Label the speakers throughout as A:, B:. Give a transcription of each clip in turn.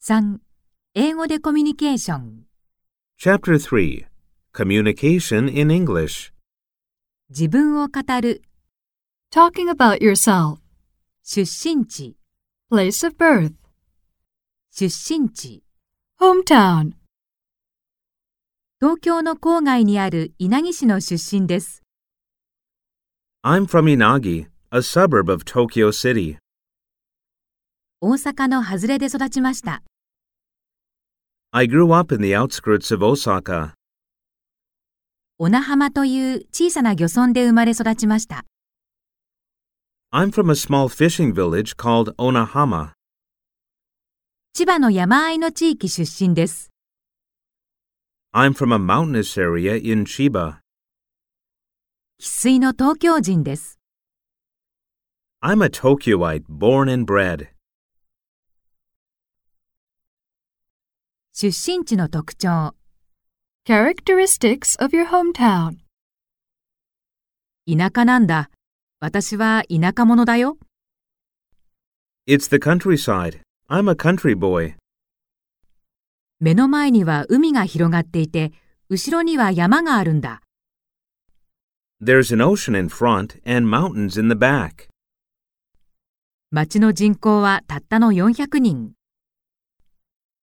A: 3. 英語でコミュニケーション。
B: Chapter 3 Communication in English.
A: 自分を語る。
C: Talking about yourself.
A: 出身地。
C: Place of birth.
A: 出身地。
C: Hometown.
A: 東京の郊外にある稲城市の出身です。
B: I'm from Inagi, a suburb of Tokyo City.
A: 大阪の外れで育ちました。
B: I grew up in the outskirts of Osaka.
A: 小名浜という小さな漁村で生まれ育ちました。
B: I'm from a small fishing village called Onahama.
A: 千葉の山あいの地域出身です。
B: I'm from a mountainous area in Chiba.
A: 生粋の東京人です。
B: I'm a Tokyoite born and bred.
A: 出身地の特徴。
C: Characteristics of your hometown.
A: 田舎なんだ。私は田舎者だよ。
B: It's the countryside. I'm a country boy.
A: 目の前には海が広がっていて、後ろには山があるんだ。
B: There's an ocean in front and mountains in the back.
A: 町の人口はたったの400人。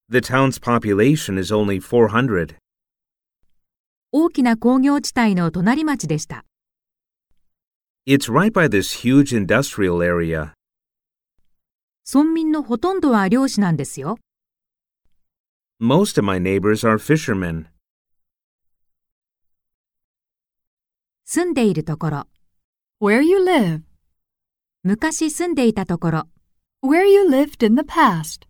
B: The town's population is only 400.
A: 大きな工業地帯の隣町でした。
B: It's right by this huge industrial area.
A: 村民のほとんどは漁師なんですよ。
B: Most of my neighbors are fishermen.
A: 住んでいるところ、
C: Where you live.
A: 昔住んでいたところ、
C: Where you lived in the past.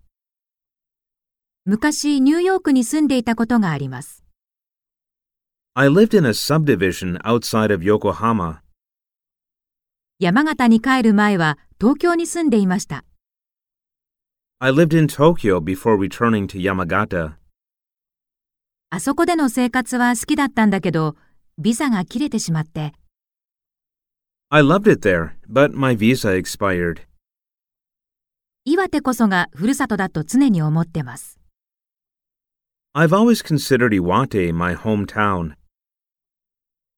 A: 昔ニューヨークに住んでいたことがあります。
B: I lived in a subdivision outside of Yokohama.
A: 山形に帰る前は東京に住んでいました。
B: I lived in Tokyo before returning to Yamagata.
A: あそこでの生活は好きだったんだけど、ビザが切れてしまって、
B: I loved it there, but my visa expired.
A: 岩手こそがふるさとだと常に思ってます。
B: I've always considered Iwate my hometown.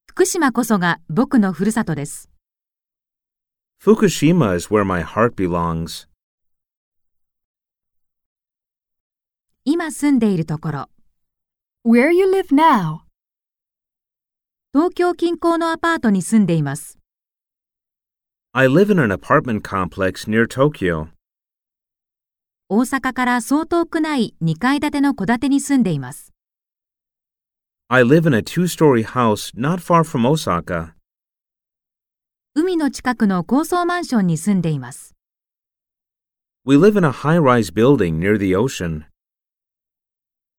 A: 福島こそが僕のふるさとです。
B: Fukushima is where my heart belongs.
A: 今住んでいるところ、
C: Where you live now.
A: 東京近郊のアパートに住んでいます。
B: I live in an apartment complex near Tokyo.
A: 大阪からそう遠くない2階建ての戸建てに住んでいます。
B: I live in a two story house not far from Osaka.
A: 海の近くの高層マンションに住んでいます。
B: We live in a high rise building near the ocean.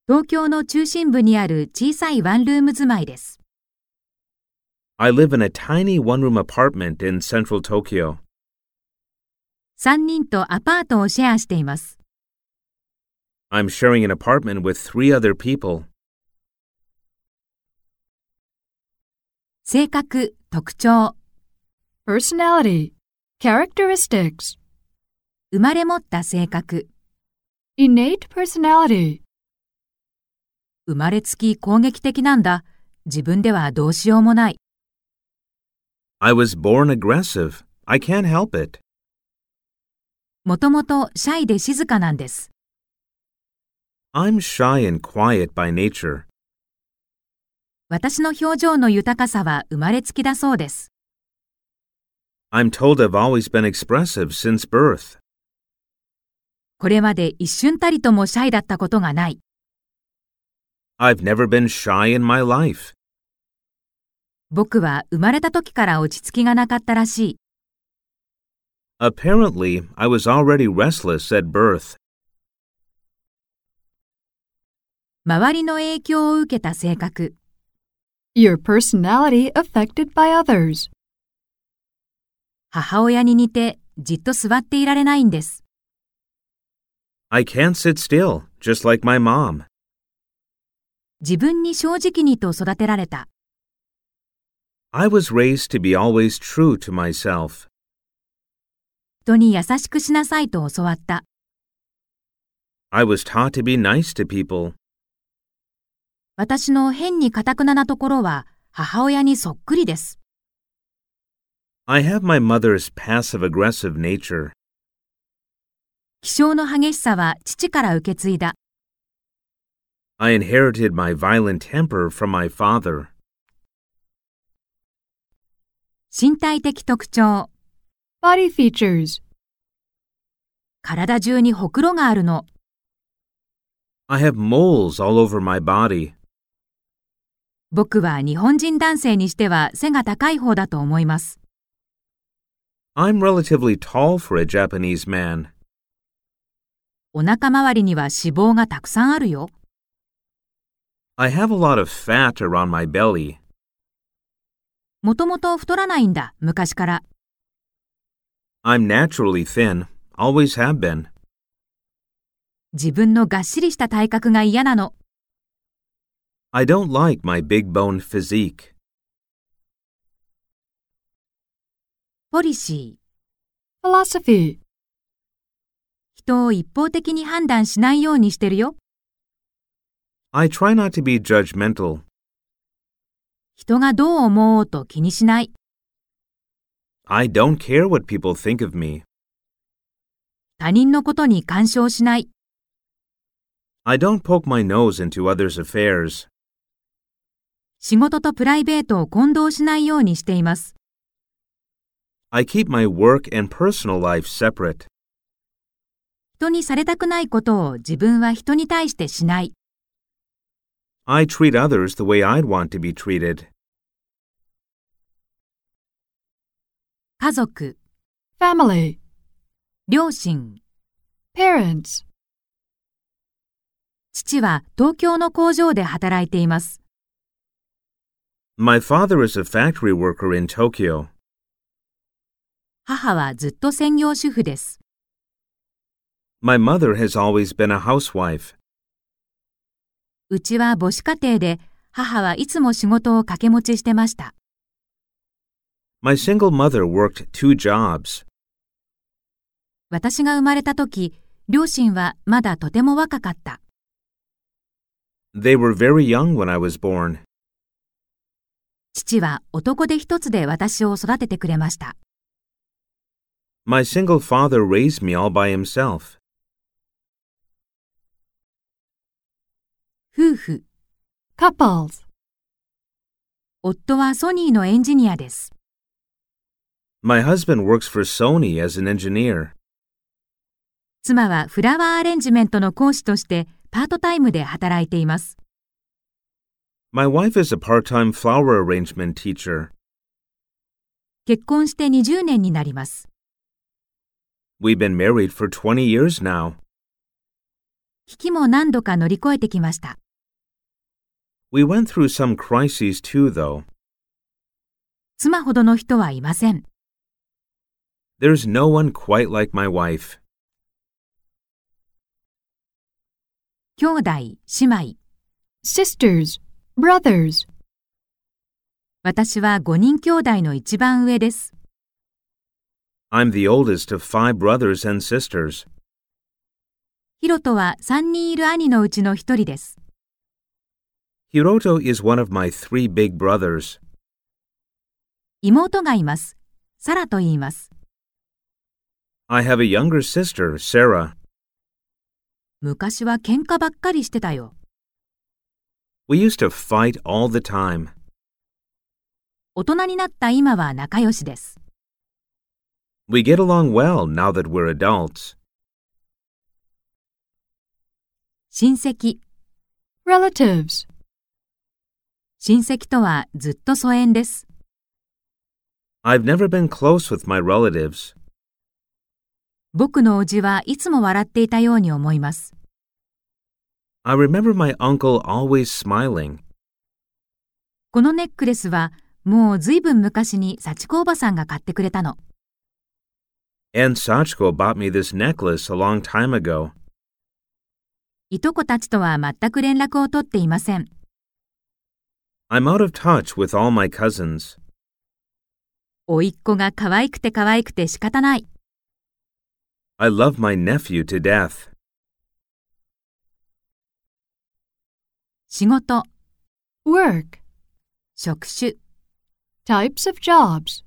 A: 東京の中心部にある小さいワンルーム住まいです。
B: I live in a tiny one room apartment in central Tokyo.
A: 3人とアパートをシェアしています。
B: I'm sharing an apartment with three other people.
A: 性格、特徴、
C: Personality. Characteristics.
A: 生まれ持った性格、
C: Innate personality.
A: 生まれつき攻撃的なんだ。自分ではどうしようもない。
B: I was born aggressive. I can't help it.
A: もともとシャイで静かなんです。
B: I'm shy and quiet by nature.
A: 私の表情の豊かさは生まれつきだそうです。
B: I'm told I've always been expressive since birth.
A: これまで一瞬たりともシャイだったことがない。
B: I've never been shy in my life.
A: 僕は生まれた時から落ち着きがなかったらしい。
B: Apparently, I was already restless at birth.
A: 周りの影響を受けた性格。
C: Your personality affected by others.
A: 母親に似てじっと座っていられないんです。
B: I can't sit still, just like my mom.
A: 自分に正直にと育てられた。
B: I was raised to be always true to myself.
A: 人に優しくしなさいと教わった。
B: I was taught to be nice to people.
A: 私の変に堅くななところは母親にそっくりです。
B: I have my mother's passive aggressive nature.
A: 気性の激しさは父から受け継いだ。
B: I inherited my violent temper from my father.
A: 身体的特徴。
C: Body features.
A: 体中にほくろがあるの。
B: I have moles all over my body.
A: 僕は日本人男性にしては背が高い方だと思います。
B: I'm relatively tall for a Japanese man.
A: お腹周りには脂肪がたくさんあるよ。
B: I have a lot of fat around my belly.
A: もともと太らないんだ、昔から。
B: I'm naturally thin, always have been.
A: 自分のがっしりした体格が嫌なの。
B: I don't like my big boned physique.
A: ポリシー。
C: Philosophy.
A: 人を一方的に判断しないようにしてるよ。
B: I try not to be judgmental.
A: 人がどう思おうと気にしない。
B: I don't care what people think of me.
A: 他人のことに干渉しない。
B: I don't poke my nose into others' affairs.
A: 仕事とプライベートを混同しないようにしています。
B: I keep my work and personal life separate.
A: 人にされたくないことを自分は人に対してしない。
B: I treat others the way I'd want to be treated.
A: 家族、
C: Family.
A: 両親。
C: Parents.
A: 父は東京の工場で働いています。
B: My father is a factory worker in Tokyo.
A: 母はずっと専業主婦です。
B: My mother has always been a housewife.
A: うちは母子家庭で、母はいつも仕事を掛け持ちしてました。
B: My single mother worked two jobs.
A: 私が生まれた時、両親はまだとても若かった。
B: They were very young when I was born.
A: 父は男で一つで私を育ててくれました。
B: My single father raised me all by himself.
A: 夫婦、
C: Couples.
A: 夫はソニーのエンジニアです。
B: My husband works for Sony as an engineer.
A: 妻はフラワーアレンジメントの講師としてパートタイムで働いています。
B: My wife is a part time flower arrangement teacher.
A: 結婚して20年になります。
B: We've been married for 20 years now.
A: 危機も何度か乗り越えてきました。
B: We went through some crises too, though.
A: 妻ほどの人はいません。
B: There's no one quite like my wife.
A: 兄弟、姉妹。
C: Sisters. Brothers.
A: 私は5人兄弟の一番上です。
B: I'm the oldest of five brothers and sisters.
A: ヒロトは3人いる兄のうちの一人です。
B: Hiroto is one of my three big brothers.
A: 妹がいます。サラと言います。
B: I have a younger sister, Sarah.
A: 昔は喧嘩ばっかりしてたよ。
B: We used to fight all the time.
A: 大人になった今は仲良しです。
B: We get along well now that we're adults.
A: 親戚。
C: Relatives.
A: 親戚とはずっと疎遠です。
B: I've never been close with my relatives.
A: 僕の叔父はいつも笑っていたように思います。
B: I remember my uncle always smiling.
A: このネックレスはもうずいぶん昔に幸子おばさんが買ってくれたの。
B: And Sachiko bought me this necklace a long time ago.
A: いとこたちとは全く連絡を取っていません。
B: I'm out of touch with all my cousins.
A: 甥っ子が可愛くて可愛くて仕方ない。
B: I love my nephew to death.
A: 仕事、
C: work,
A: 職種。
C: types of jobs.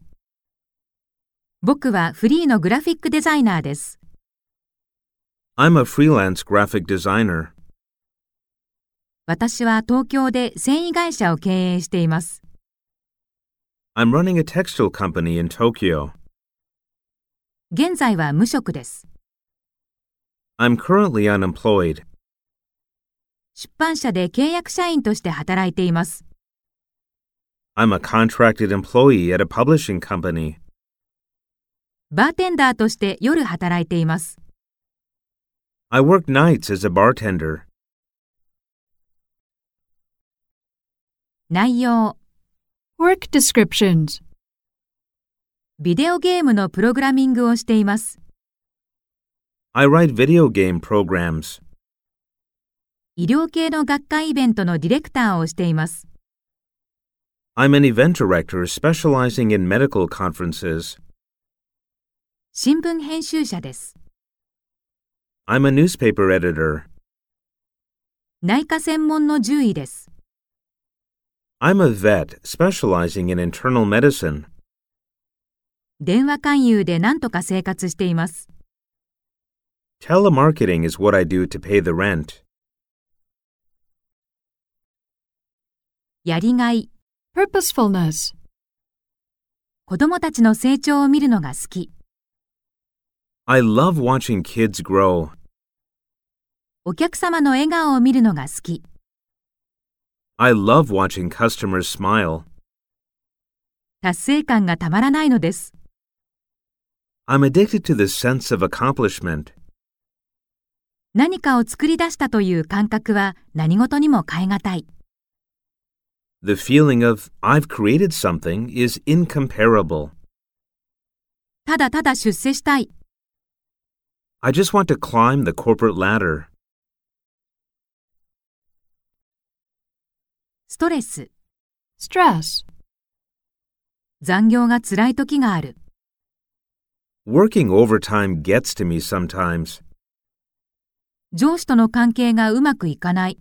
A: 僕はフリーのグラフィックデザイナーです。
B: I'm a freelance graphic designer.
A: 私は東京で繊維会社を経営しています。
B: I'm running a textile company in Tokyo.
A: 現在は無職です。
B: I'm currently unemployed.
A: 出版社で契約社員として働いています。
B: I'm a contracted employee at a publishing company.
A: バーテンダーとして夜働いています。
B: I work nights as a bartender.
A: 内容、
C: Work descriptions.
A: ビデオゲームのプログラミングをしています。
B: I write video game programs.
A: 医療系の学会イベントのディレクターをしています。
B: I'm an event director specializing in medical conferences.
A: 新聞編集者です。
B: I'm a newspaper editor.
A: 内科専門の獣医です。
B: I'm a vet specializing in internal medicine.
A: 電話勧誘で何とか生活しています。
B: Telemarketing is what I do to pay the rent.
A: やりがい、
C: Purposefulness.
A: 子供たちの成長を見るのが好き。
B: I love watching kids grow.
A: お客様の笑顔を見るのが好き。
B: I love watching customers smile.
A: 達成感がたまらないのです。
B: I'm addicted to the sense of accomplishment.
A: 何かを作り出したという感覚は何事にも変え難い。
B: The feeling of I've created something is incomparable.
A: ただただ出世したい。
B: I just want to climb the corporate ladder.
A: ストレス。
C: Stress.
A: 残業が辛い時がある。
B: Working overtime gets to me sometimes.
A: 上司との関係がうまくいかない。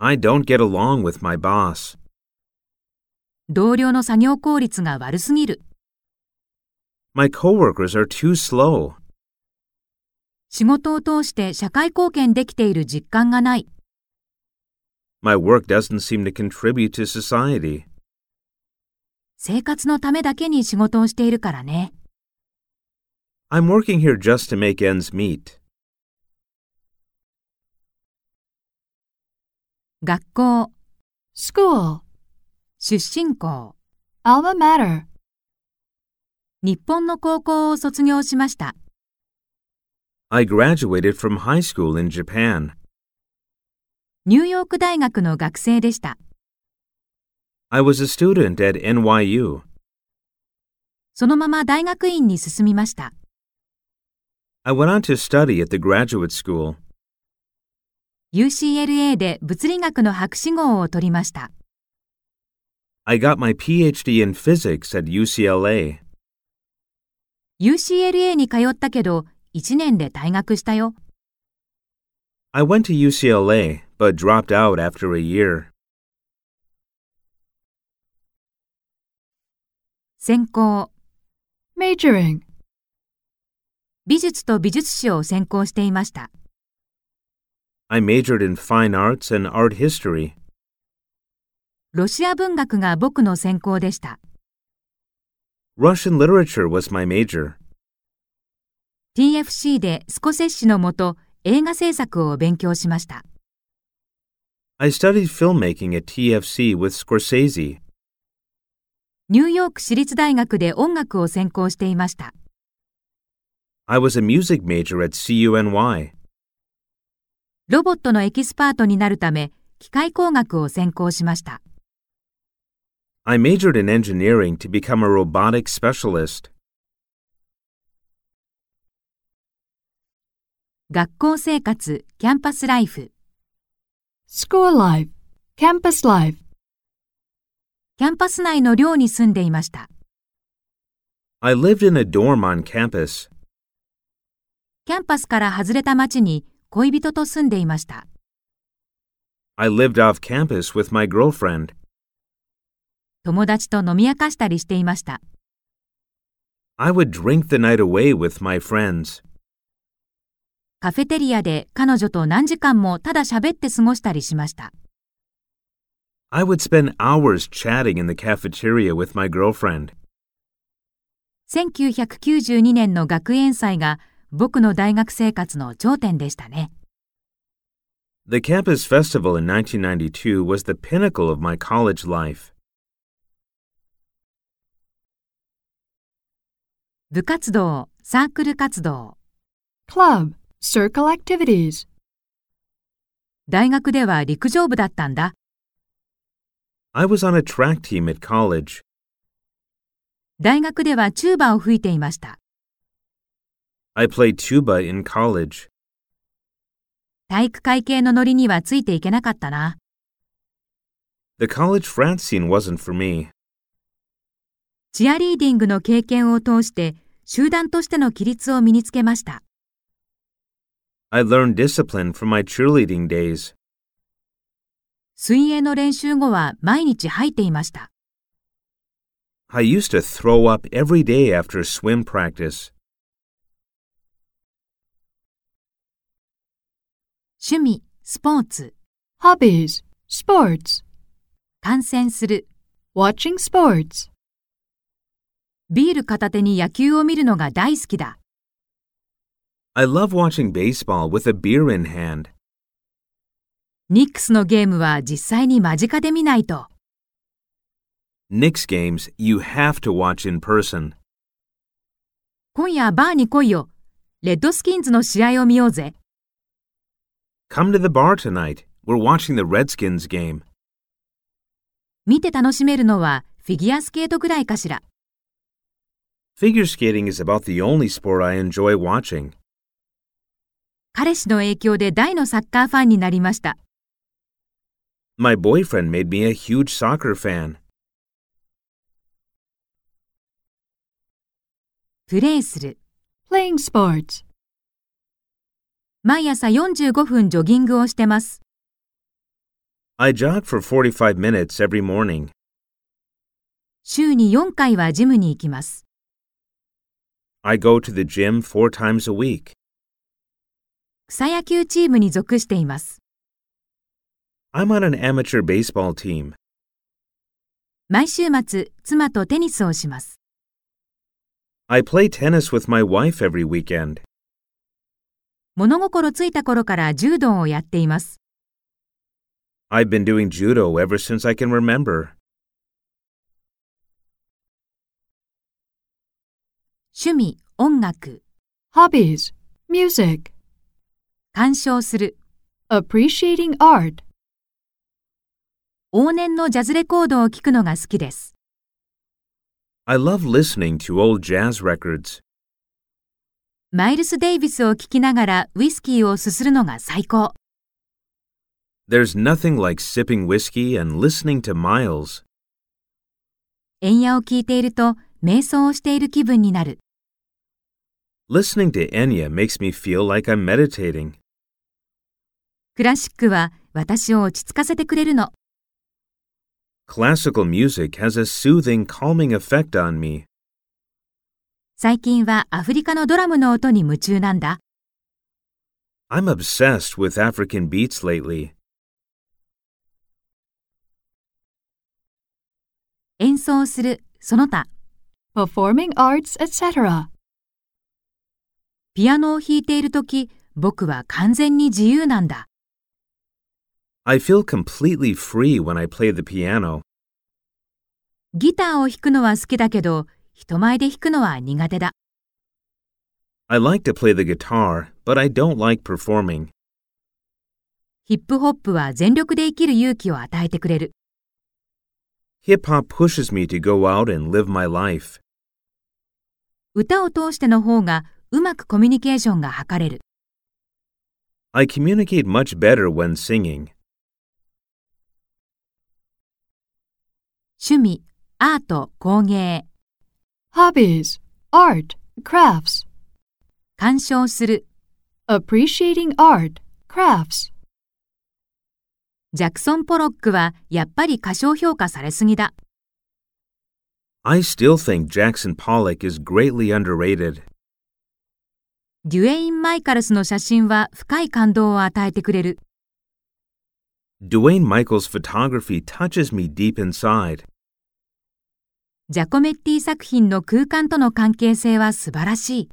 B: I don't get along with my boss.
A: 同僚の作業効率が悪すぎる。
B: My coworkers are too slow.
A: 仕事を通して社会貢献できている実感がない。
B: My work doesn't seem to contribute to society.
A: 生活のためだけに仕事をしているからね。
B: I'm working here just to make ends meet.
A: 学校、
C: School.
A: 出身校。
C: Alma mater.
A: 日本の高校を卒業しました。
B: I graduated from high school in Japan.
A: ニューヨーク大学の学生でした。
B: I was a student at NYU.
A: そのまま大学院に進みました。
B: I went on to study at the graduate school.
A: UCLA で物理学の博士号を取りました。
B: I got my PhD in physics at UCLA.
A: UCLA に通ったけど、1年で退学したよ。
B: I went to UCLA but dropped out after a year.
A: 専攻、
C: Majoring.
A: 美術と美術史を専攻していました。
B: I majored in fine arts and art history.
A: ロシア文学が僕の専攻でした。
B: Russian literature was my major.
A: TFC でスコセッシのもと映画制作を勉強しました。
B: I studied filmmaking at TFC with Scorsese.
A: ニューヨーク私立大学で音楽を専攻していました。
B: I was a music major at CUNY.
A: ロボットのエキスパートになるため、機械工学を専攻しました。
B: I majored in engineering to become a robotic specialist.
A: 学校生活、キャンパスライフ。
C: School life. Campus life.
A: キャンパス内の寮に住んでいました。
B: I lived in a dorm on campus.
A: キャンパスから外れた町に恋人と住んでいました。
B: I lived off campus with my girlfriend.
A: 友達と飲み明かしたりしていました。
B: I would drink the night away with my friends.
A: カフェテリアで彼女と何時間もただ喋って過ごしたりしました。
B: I would spend hours chatting in the cafeteria with my girlfriend.
A: 1992年の学園祭が僕の大学生活の頂点でしたね。
B: The campus festival in 1992 was the pinnacle of my college life.
A: 部活動、サークル活動。
C: club, circle activities,
A: 大学では陸上部だったんだ。
B: I was on a track team at college.
A: 大学ではチューバを吹いていました。
B: I played tuba in college.
A: 体育会系のノリにはついていけなかったな。
B: The college frat scene wasn't for me.
A: チアリーディングの経験を通して集団としての規律を身につけました。
B: I learned discipline from my cheerleading days.
A: 水泳の練習後は毎日吐いていました。
B: I used to throw up every day after swim practice.
A: 趣味、スポーツ、
C: hobbies, sports,
A: 観戦する、
C: watching sports,
A: ビール片手に野球を見るのが大好きだ。
B: I love watching baseball with a beer in hand.
A: ニックスのゲームは実際に間近で見ないと。
B: Knicks games you have to watch in person.
A: 今夜バーに来いよ。レッドスキンズの試合を見ようぜ。
B: Come to the bar tonight. We're watching the Redskins game.
A: 見て楽しめるのはフィギュアスケートぐらいかしら。
B: Figure skating is about the only sport I enjoy watching.
A: 彼氏の影響で大のサッカーファンになりました。
B: My boyfriend made me a huge soccer fan.
A: プレーする。
C: playing sports,
A: 毎朝45分ジョギングをしてます。
B: I jog for 45 minutes every morning.
A: 週に4回はジムに行きます。
B: I go to the gym four times a week.
A: 草野球チームに属しています。
B: I'm on an amateur baseball team.
A: 毎週末、妻とテニスをします。
B: I play tennis with my wife every weekend.
A: 物心ついた頃から柔道をやっています。
B: I've been doing judo ever since I can remember.
A: 趣味、音楽、
C: hobbies, music,
A: 鑑賞する。
C: appreciating art,
A: 往年のジャズレコードを聴くのが好きです。
B: I love listening to old jazz records.
A: マイルス・デイビスを聴きながらウイスキーをすするのが最高。
B: There's nothing like sipping whiskey and listening to Miles.
A: 円野を聴いていると瞑想をしている気分になる。
B: Listening to Enya makes me feel like I'm meditating.
A: クラシックは私を落ち着かせてくれるの。
B: Classical music has a soothing, calming effect on me.
A: 最近はアフリカのドラムの音に夢中なんだ。
B: I'm obsessed with African beats lately.
A: 演奏する、その他。
C: performing arts, etc.
A: ピアノを弾いているとき、僕は完全に自由なんだ。
B: I feel completely free when I play the piano.
A: ギターを弾くのは好きだけど、人前で弾くのは苦手だ。
B: I like to play the guitar, but I don't like performing.
A: ヒップホップは全力で生きる勇気を与えてくれる。
B: Hip hop pushes me to go out and live my life.
A: 歌を通しての方がうまくコミュニケーションが図れる。
B: I communicate much better when singing.
A: 趣味、アート、工芸、
C: Hobbies, art, crafts,
A: 鑑賞する。
C: appreciating art, crafts,
A: ジャクソン・ポロックはやっぱり過小評価されすぎだ。
B: I still think Jackson Pollock is greatly underrated.
A: デュエイン・マイカルスの写真は深い感動を与えてくれる。
B: Duane Michael's photography touches me deep inside.
A: ジャコメッティ作品の空間との関係性は素晴らしい。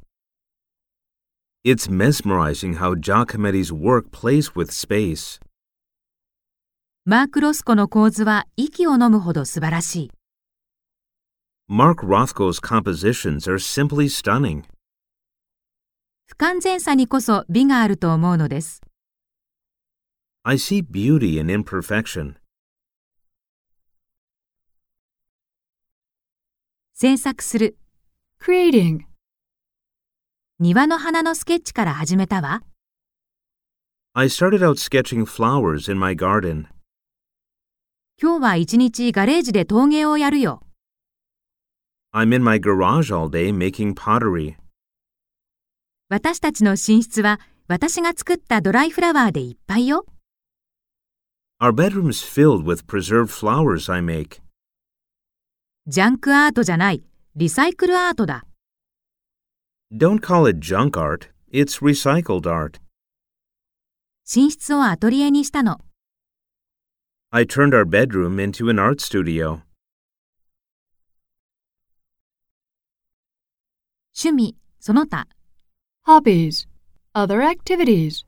B: It's mesmerizing how Giacometti's work plays with space.
A: マーク・ロスコの構図は息を飲むほど素晴らしい。
B: Mark Rothko's compositions are simply stunning.
A: 不完全さにこそ美があると思うのです。
B: I see beauty in imperfection.
A: 制作する
C: creating,
A: 庭の花のスケッチから始めたわ。
B: I started out sketching flowers in my garden.
A: 今日は一日ガレージで陶芸をやるよ。
B: I'm in my garage all day making pottery.
A: 私たちの寝室は私が作ったドライフラワーでいっぱいよ。
B: Our bedroom's filled with preserved flowers I make.
A: ジャンクアートじゃない、リサイクルアートだ。
B: Don't call it junk art, it's recycled art.
A: 寝室をアトリエにしたの。
B: I turned our bedroom into an art studio.
A: 趣味、その他、
C: hobbies, other activities,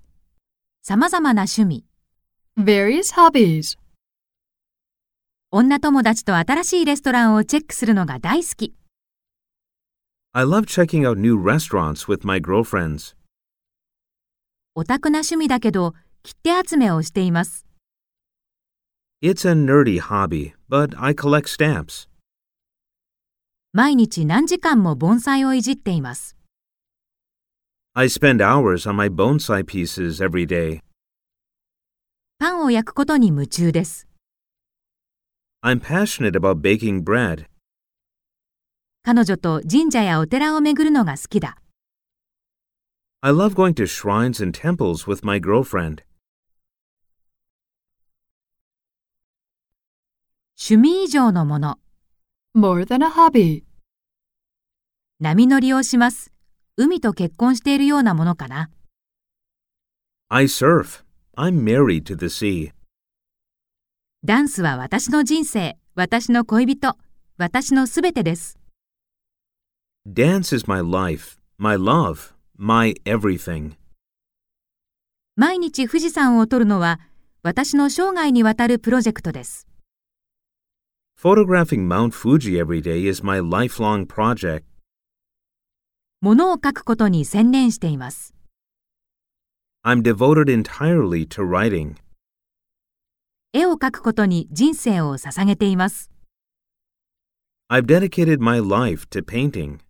A: 様々な趣味。
C: various hobbies.
A: 女友達と新しいレストランをチェックするのが大好き。
B: I love checking out new restaurants with my girlfriends.
A: オタクな趣味だけど、切手集めをしています。
B: It's a nerdy hobby, but I collect stamps.
A: 毎日何時間も盆栽をいじっています。
B: I spend hours on my bonsai pieces every day.
A: パンを焼くことに夢中です。
B: I'm passionate about baking bread.
A: 彼女と神社やお寺を巡るのが好きだ。
B: I love going to shrines and temples with my girlfriend.
A: 趣味以上のもの。
C: More than a hobby.
A: 波乗りをします。海と結婚しているようなものかな。
B: I surf. I'm married to the sea.
A: ダンスは私の人生、私の恋人、私のすべてです。
B: Dance is my life, my love, my everything.
A: 毎日富士山を撮るのは私の生涯にわたるプロジェクトです。
B: Photographing Mount Fuji every day is my lifelong project.
A: 物を書くことに専念しています。
B: I'm devoted entirely to writing.
A: 絵を描くことに人生を捧げています。
B: I've dedicated my life to painting.